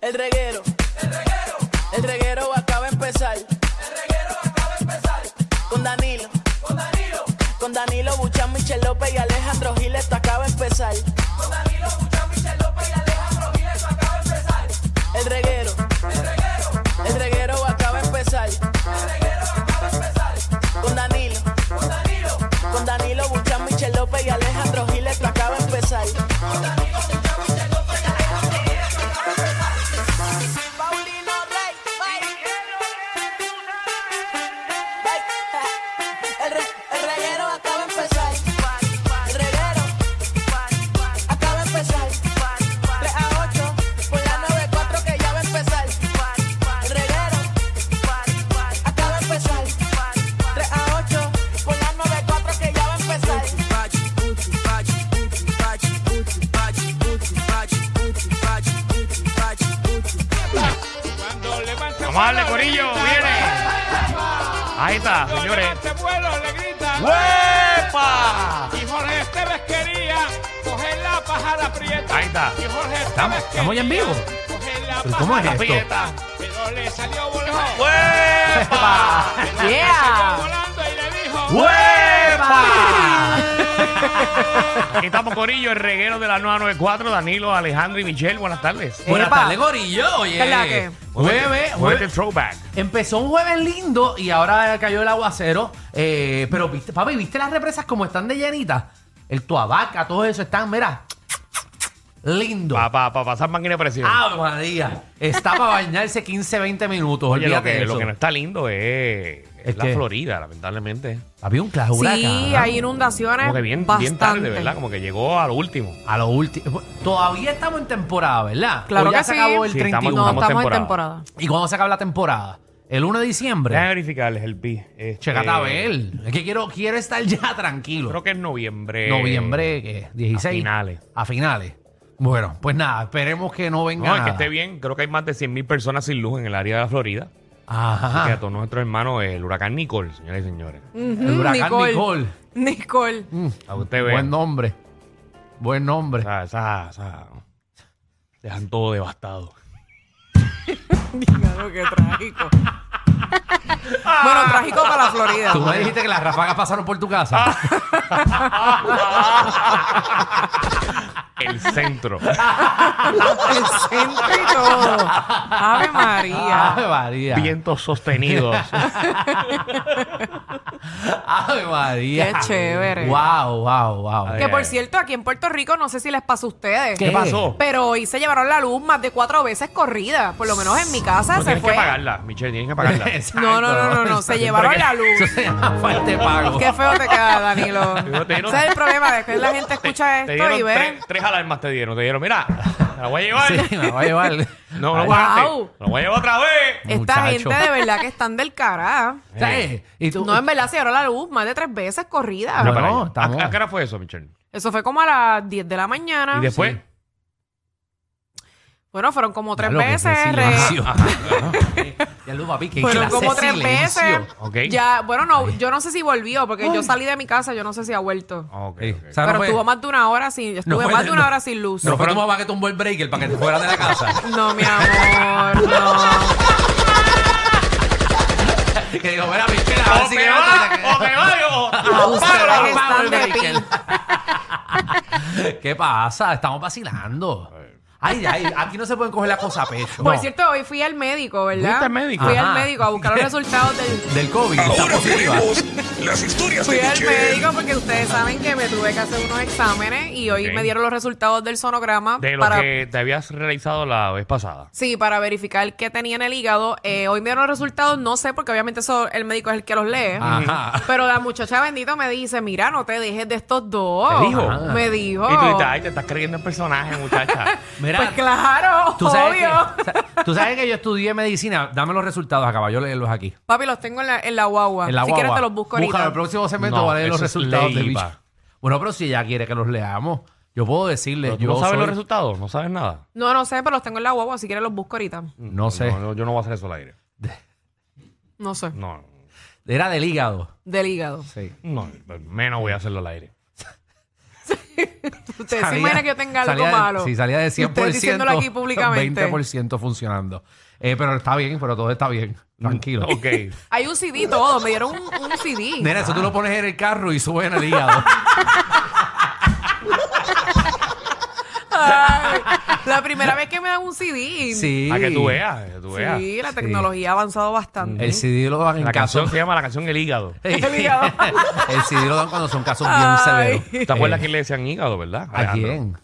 El reguero. El reguero. El reguero acaba de empezar. El reguero acaba de empezar. Con Danilo. Con Danilo. Con Danilo Buchan, Michel López y Alejandro Gil, esto acaba de empezar. Con Danilo Buchan, Michel López y Alejandro Gil, esto acaba de empezar. El reguero. El reguero. El reguero acaba de empezar. El reguero acaba de empezar. Con Danilo. Con Danilo. Con Danilo Buchan, Michel López y Alejandro Gil, esto acaba de empezar. Paulino Rey. El, re- el reguero acaba de empezar. El reguero acaba de empezar. 3 a 8 por la 94 que ya va a empezar. El reguero acaba de empezar. 3 a 8 por la 94 que ya va a empezar. Vamos a darle corillo, viene. Ahí está, señores. Este vuelo le grita. ¡Huepa! Y Jorge Esteves quería coger la pájara aprieta. Ahí está. Y Jorge Esteves Estamos- estamos ya en quería vivo. coger la ¿Pero cómo es pájara esto? aprieta, Pero le salió volando. ¡Huepa! Pero le salió volando y le dijo. ¡Huepa! Aquí estamos corillo, el reguero de la 994, Danilo, Alejandro y Michelle. Buenas tardes. Buenas tardes, Gorillo. Oye, jueves, Jueves de jueves- throwback. empezó un jueves lindo y ahora cayó el aguacero. Eh, pero, viste, papi, ¿viste las represas como están de llenitas? El Tuabaca, todo eso están, mira, lindo. Para pasar máquina de presión. ¡Ave María! Está para bañarse 15, 20 minutos. Oye, lo olvídate de que, eso. lo que no está lindo es, es ¿El la qué? Florida, lamentablemente. Había un clausura Sí, caramba. hay inundaciones. Como que bien, bastante. bien tarde, ¿verdad? Como que llegó a lo último. A lo último. Todavía estamos en temporada, ¿verdad? Claro O ya que se sí. acabó el Sí, 31. No, Estamos estamos en temporada. temporada. ¿Y cuándo se acaba la temporada? El 1 de diciembre. Déjame verificarles el pi. Este, Checate a ver. Es que quiero, quiero estar ya tranquilo. Creo que es noviembre. Noviembre, ¿qué? 16. a finales. A finales. Bueno, pues nada, esperemos que no venga. No, es que nada. esté bien. Creo que hay más de 100.000 personas sin luz en el área de la Florida. Ajá. Que a todos nuestros hermanos, el huracán Nicole, señores y señores. Ujú, El huracán Nicole. Mm, Nicole. Mm, A usted ve. Buen nombre. Buen nombre. Esa- esa- esa- dejan todo devastado. Dígalo, qué trágico. bueno, trágico para la Florida. Tú me dijiste que las ráfagas pasaron por tu casa. Ah. El centro. El centro y todo. Ave María. Ave María. Vientos sostenidos. Ave María. Qué chévere. Wow, wow, wow. Ay, Que por cierto, aquí en Puerto Rico, no sé si les pasa a ustedes. ¿Qué pasó? Pero hoy se llevaron la luz más de cuatro veces corrida. Por lo menos en mi casa No se tienes fue. que pagarla, Michelle, tienes que pagarla. Exacto. No, no, no, no, no, se llevaron Porque la luz. Eso se llama fuerte pago. Qué feo te queda, Danilo. Yo te dieron- Ese es el problema. Después la gente escucha Eh, Te esto y dieron ve. tres, tres alarmas te dieron. Te dieron, mira, te la voy a llevar. Sí, me voy a llevar. No, no Ay, guardaste. Wow. La voy a llevar otra vez. Esta muchacho. gente de verdad que están del cara. ¿sabes? eh, Y tú, No, en verdad se llevaron la luz más de tres veces corrida. No, Mira para no, allá. estamos- ¿A, a qué hora fue eso, Michelle? Eso fue como a las 10 de la mañana. ¿Y después? sí. Bueno, fueron como tres Diablo, qué veces. re- silencio. Ya lo papi, que Fueron clase como de tres silencio. veces. Ok. Ya, bueno, no, yo no sé si volvió, porque yo salí de mi casa, yo no sé si ha vuelto. Ok, Sí, ok. o sea, Ah, no Pero fue- estuvo más de una hora sin. no Estuve fue- más de una no- hora sin luz. No No, fue tu mamá que tumbó el breaker para que te fueras de la casa. mi amor, no. que digo, mira, Michelle, a ver O si me levanta- va, o me va, o- A ustedes Vamos, están de Michael. ¿Qué pasa? Estamos vacilando. Ay, ay, aquí no se pueden coger las cosas a pecho. Por No. cierto, hoy fui al médico, ¿verdad? ¿Fuiste al médico? Fui Ajá. al médico a buscar los resultados del. Del COVID, que está positiva. Las historias Fui de al Michelle. médico porque ustedes saben que me tuve que hacer unos exámenes y hoy Ok. me dieron los resultados del sonograma De lo para que te habías realizado la vez pasada. Sí, para verificar qué tenía en el hígado. Eh, hoy me dieron los resultados, no sé, porque obviamente eso el médico es el que los lee. Ajá. Pero la muchacha bendito me dice, mira, no te dejes de estos dos. ¿Te dijo? Ah. Me dijo. Y tú dices, ay, te estás creyendo en personaje, muchacha. Mira, Pues claro, tú, sabes obvio. que, sa- tú sabes que yo estudié medicina. Dame los resultados acá para yo leerlos aquí. Papi, los tengo en la, en la guagua. En la si guagua. quieres te los busco Búscalo, ahorita. el próximo segmento No, voy a leer los eso es resultados ley, del bicho. pa. Bueno, pero si ella quiere que los leamos, yo puedo decirle. Pero tú yo no sabes soy- los resultados, no sabes nada. No, no sé, pero los tengo en la guagua. Si quieres los busco ahorita. No sé. yo no voy a hacer eso al aire. No sé. No, Era del hígado. Del hígado. Sí. no, menos voy a hacerlo al aire. Ustedes se imaginan que yo tenga algo malo. Si salía de 100%, Ustedes diciéndolo aquí públicamente. 20% funcionando. Eh, pero está bien, pero todo está bien. Tranquilo. Ok. Hay un CD todo. Me dieron un, un CD. Nena, eso tú lo pones en el carro y sube en el hígado. Ay, la primera vez que me dan un CD. sí. A que tú veas, a que tú veas. Sí, la tecnología ha avanzado bastante. El CD lo dan en La caso. canción se llama la canción El Hígado. El hígado. el CD lo dan cuando son casos bien Ay. severos. ¿Te acuerdas Eh, que le decían hígado, verdad? ¿A Alejandro? quién?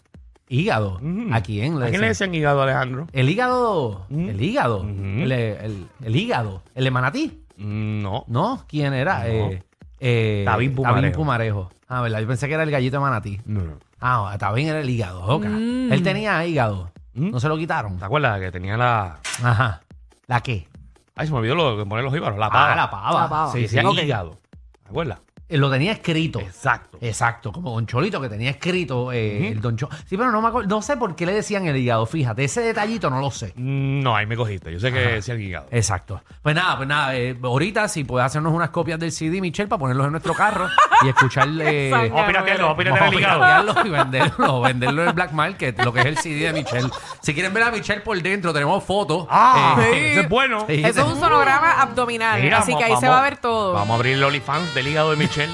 ¿Hígado? ¿A quién le Mm. ¿A quién le decían Mm. Mm-hmm. hígado, Alejandro? El hígado. El hígado. el, el- el hígado. El de Manatí. Mm, No. ¿No? ¿Quién era? Eh, eh, David Pumarejo. Pumarejo. Ah, verdad. Yo pensé que era el gallito de Manatí. No, no. Ah, está bien, era el hígado. ok. Mm. Él tenía hígado. No se lo quitaron. ¿Te acuerdas que tenía la. Ajá. ¿La qué? Ay, se me olvidó lo de poner los hígaros. La paga. Ah, la pava. La pava. Sí, Sí, sí. decían Ok. hígado. ¿Te acuerdas? Eh, Lo tenía escrito. Exacto. Exacto, como Don Cholito que tenía escrito eh, el Don Cho- Sí, pero no me acuerdo, no sé por qué le decían el hígado, fíjate, ese detallito no lo sé. Mm, No, ahí me cogiste. Yo sé que decían hígado. Exacto. Pues nada, pues nada, eh, ahorita si puedes hacernos unas copias del CD, Michelle, para ponerlos en nuestro carro y escucharle... Exacto. Vamos a piratearlo, vamos a piratear el Vamos a hígado. piratearlo y venderlo, venderlo en el Black Market, lo que es el CD de Michelle. Si quieren ver a Michelle por dentro, tenemos fotos. Ah, Eh, eso es bueno. sí. Eso es un sonograma abdominal. Mira, así que ahí vamos- se va a ver todo. Vamos a abrir el OnlyFans del hígado de Michelle.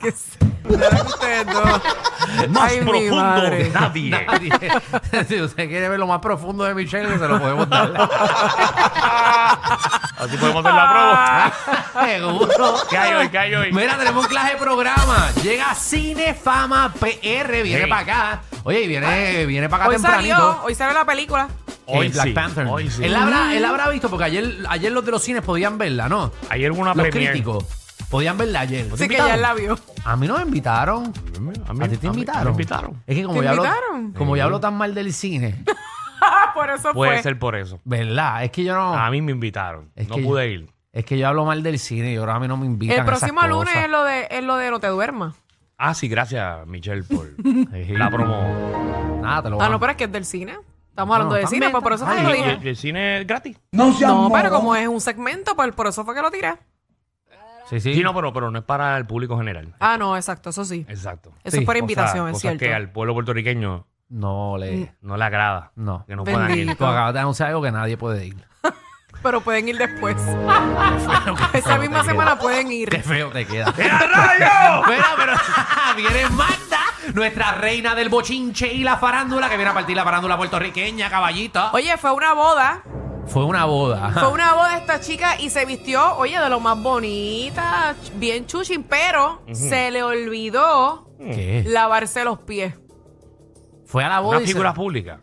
Que sí. Miren ustedes dos. Más Ay, mi profundo madre. de nadie. Nadie. si usted quiere ver lo más profundo de Michelle, se lo podemos dar. Así podemos hacer la prueba. Ah. Seguro. ¿Qué hay hoy? ¿Qué hay hoy? Mira, tenemos un clase de programa. Llega Cinefama PR, viene Sí. para acá. Oye, y viene, viene para acá Hoy tempranito. salió, hoy salió la película. Hoy Ah, Hoy Black sí, Panther. hoy sí. Él, la habrá, él la habrá visto porque ayer, ayer los de los cines podían verla, ¿no? Ayer hubo una los premiere. críticos podían verla ayer. ¿No te Así que ya invitaron? la vio. A mí no me invitaron. A, A ti te invitaron. Me invitaron. Es que como ¿Te ya hablo, invitaron? como ya hablo tan mal del cine, Ah, Por eso Puede fue. ser por eso. ¿verdad? Es que yo no. A mí me invitaron. Ah. Es no que- pude ir. Es que yo hablo mal del cine y ahora a mí no me invitan. El a esas próximo lunes cosas. es lo de es lo de no te duermas. Ah, sí, gracias, Michelle, por la promo. Nada, te lo Ah, van- no, pero es que es del cine. Estamos hablando No, de también, cine, pues por eso fue que también. lo ¿Y dije. el, el cine es gratis? No, pero como es un segmento, pues por eso fue que lo tiré. Sí, sí. Sí, no, pero, pero no es para el público general. Ah, no, exacto, eso sí. Exacto. Eso Sí, es por Cosas- invitación, es cosas cierto. que al pueblo puertorriqueño No le. no le agrada. No. Que no puedan ir. Tú acabas de anunciar algo que nadie puede ir. Pero pueden ir después. Esa misma semana pueden ir. Qué feo te queda. ¡Era rayo! Espera, pero viene Magda, nuestra reina del bochinche y la farándula, que viene a partir la farándula puertorriqueña, caballita. Oye, fue una boda. Fue una boda. Fue una boda de esta chica y se vistió, oye, de lo más bonita, ch- bien chuchin, pero se le olvidó ¿Qué? lavarse los pies. Mm. Fue a la boda. Una y se- figura pública.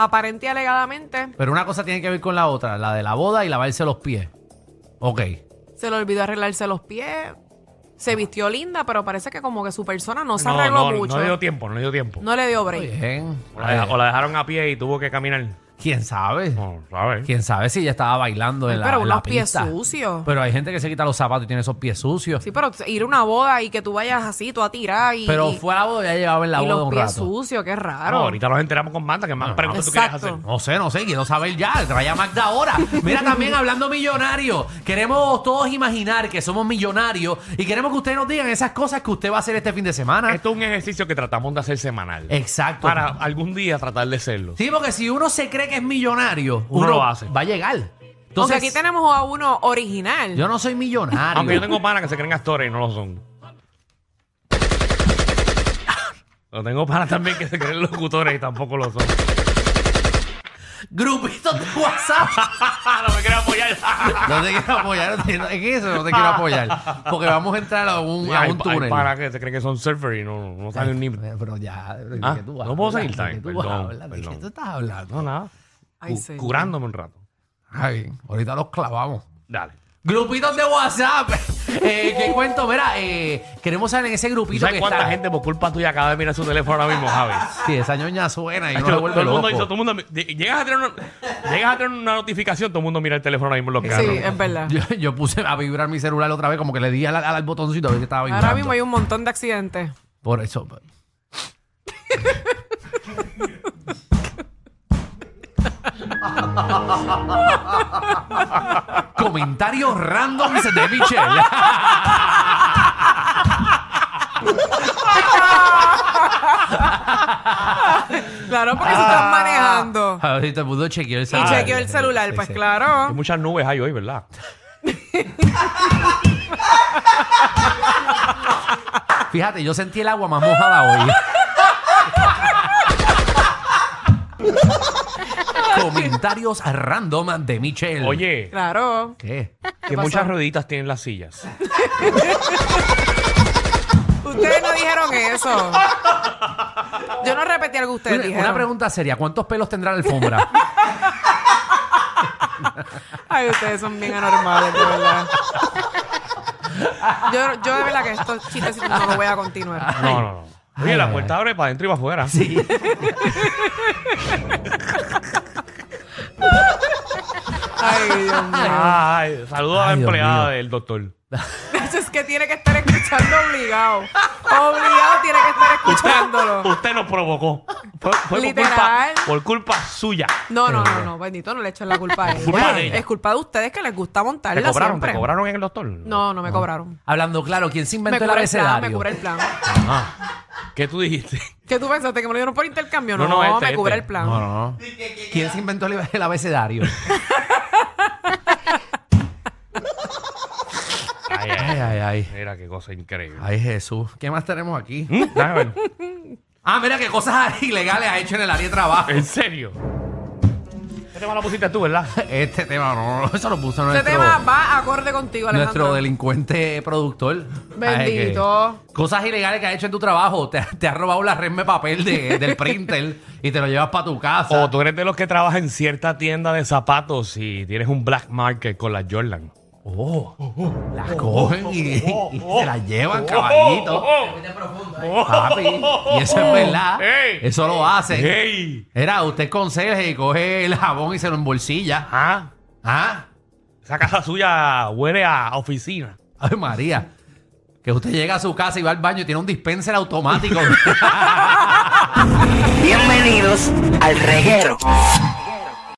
Aparente y alegadamente, Pero una cosa tiene que ver con la otra, la de la boda y lavarse los pies. Ok. se le olvidó arreglarse los pies. Se vistió linda, pero parece que como que su persona no se No, arregló no, mucho. no le dio tiempo, no le dio tiempo. No le dio break. Bien. Eh, O, la, deja- o la dejaron a pie y tuvo que caminar. ¿Quién sabe? No, ¿sabes? ¿Quién sabe si ella estaba bailando en la, pero en la unos pies pista? sucios. Pero hay gente que se quita los zapatos y tiene esos pies sucios. Sí, pero ir a una boda y que tú vayas así, tú a tirar y, pero y- fue a la boda y ya llevaba en la y boda los un pies rato. sucios, qué No, raro. ahorita nos enteramos con Manta que Ah. más preguntas tú quieres exacto. hacer. No sé, no sé, quiero saber ya. Trae a Magda ahora. Mira, también hablando millonario, queremos todos imaginar que somos millonarios y queremos que ustedes nos digan esas cosas que usted va a hacer este fin de semana. Esto es un ejercicio que tratamos de hacer semanal. Exacto. Para algún día tratar de hacerlo. Sí, porque si uno se cree que es millonario, Uno lo hace. Va a llegar. Entonces, Entonces, aquí tenemos a uno original. yo no soy millonario. Aunque yo tengo panas que se creen actores y no lo son. Yo tengo panas también que se creen locutores y tampoco lo son. grupitos de WhatsApp. Ah, no me quiero apoyar. No te quiero apoyar, no te- no- es que eso no te quiero apoyar. Porque vamos a entrar a un, a Hay- un hay túnel. panas que se creen que son surfer y no, no salen ni. Pero ya, pero ¿de Ah, qué tú no hablas? puedo seguir, ¿De está qué bien, tú perdón, hablas? ¿De qué perdón. tú estás hablando? No, nada. Ay, Cu- señor. curándome un rato. Está bien, ahorita los clavamos. Dale. Grupitos de WhatsApp. Eh, Oh. ¿Qué cuento? Mira, eh, queremos saber en ese ¿Tú grupito sabes que cuánta está. gente por culpa tuya acaba de mirar su teléfono ahora mismo, Javi? Sí, esa ñoña suena y uno Todo, todo se vuelve el mundo hizo, loco. todo el mundo. Llegas a, tener una, llegas a tener una notificación, todo el mundo mira el teléfono ahora mismo en los carros. Sí, es verdad. Yo, yo puse a vibrar mi celular otra vez, como que le di al, al- al botoncito a ver que estaba vibrando. Ahora mismo hay un montón de accidentes. Por eso. pues. Comentarios randoms de Michelle. Claro, porque si Ah. estás manejando. Ahorita pudo chequear el Y celular. chequeó el celular, Sí, pues sí. Hay claro. muchas nubes hay hoy, ¿verdad? Fíjate, yo sentí el agua más mojada hoy. Comentarios random de Michelle. Oye, Claro. ¿Qué? que muchas rueditas tienen las sillas. Ustedes no dijeron eso. Yo no repetí algo que ustedes Una, una dijeron. pregunta seria. ¿Cuántos pelos tendrá la alfombra? Ay, ustedes son bien anormales, de verdad. Yo, yo de verdad que estos chistes no los voy a continuar. No, no, no. Oye, Ay, la ay, puerta ay. abre para adentro y para afuera. Sí. Ay, Dios mío. Ay, saludos a Ay, la Dios empleada mío. del doctor. Eso es que tiene que estar escuchando obligado. Obligado tiene que estar escuchándolo. Usted nos provocó. Fue, fue por, culpa, Literal. por culpa suya. No, no, no, no, bendito, no le echen la culpa a él. Culpa de ella. Es culpa de ustedes que les gusta ¿Te montarla cobraron? siempre. ¿Te cobraron Ah. en el doctor? No, no me cobraron. Hablando claro, ¿quién se Me inventó el cubra el plan, me abecedario? cubre el plan. Ah. ¿Qué tú dijiste? ¿Qué tú pensaste? ¿Que me lo dieron por intercambio? No, No, no, este, me cubre este. el plan. No, no, no. ¿Quién se inventó el, el abecedario? Ay, Ay, ay, ay, ay. Mira qué cosa increíble. Ay, Jesús. ¿Qué más tenemos aquí? Mm, déjame ver. Ah, mira qué cosas ilegales ha hecho en el área de Eh. trabajo. ¿En serio? Este tema lo pusiste tú, ¿verdad? Este tema, no, no, eso lo puso Este nuestro, tema va acorde contigo, nuestro Alejandro. delincuente productor. Ay, que- Bendito. cosas ilegales que ha hecho en tu trabajo. Te, te has robado la resma de papel de- del printer y te lo llevas para tu casa. O Oh, tú eres de los que trabaja en cierta tienda de zapatos y tienes un black market con las Jordan. Oh, las cogen y, y se las llevan, Oh, caballito. eh. caballito Papi, y eso es verdad. Ey. Eso lo hace. ¡Ey! Era, usted conserje y coge el jabón y se lo embolsilla. Ah, Ah, esa casa suya huele a oficina. ay María. Que usted llega a su casa y va al baño y tiene un dispenser automático. Bienvenidos al reguero.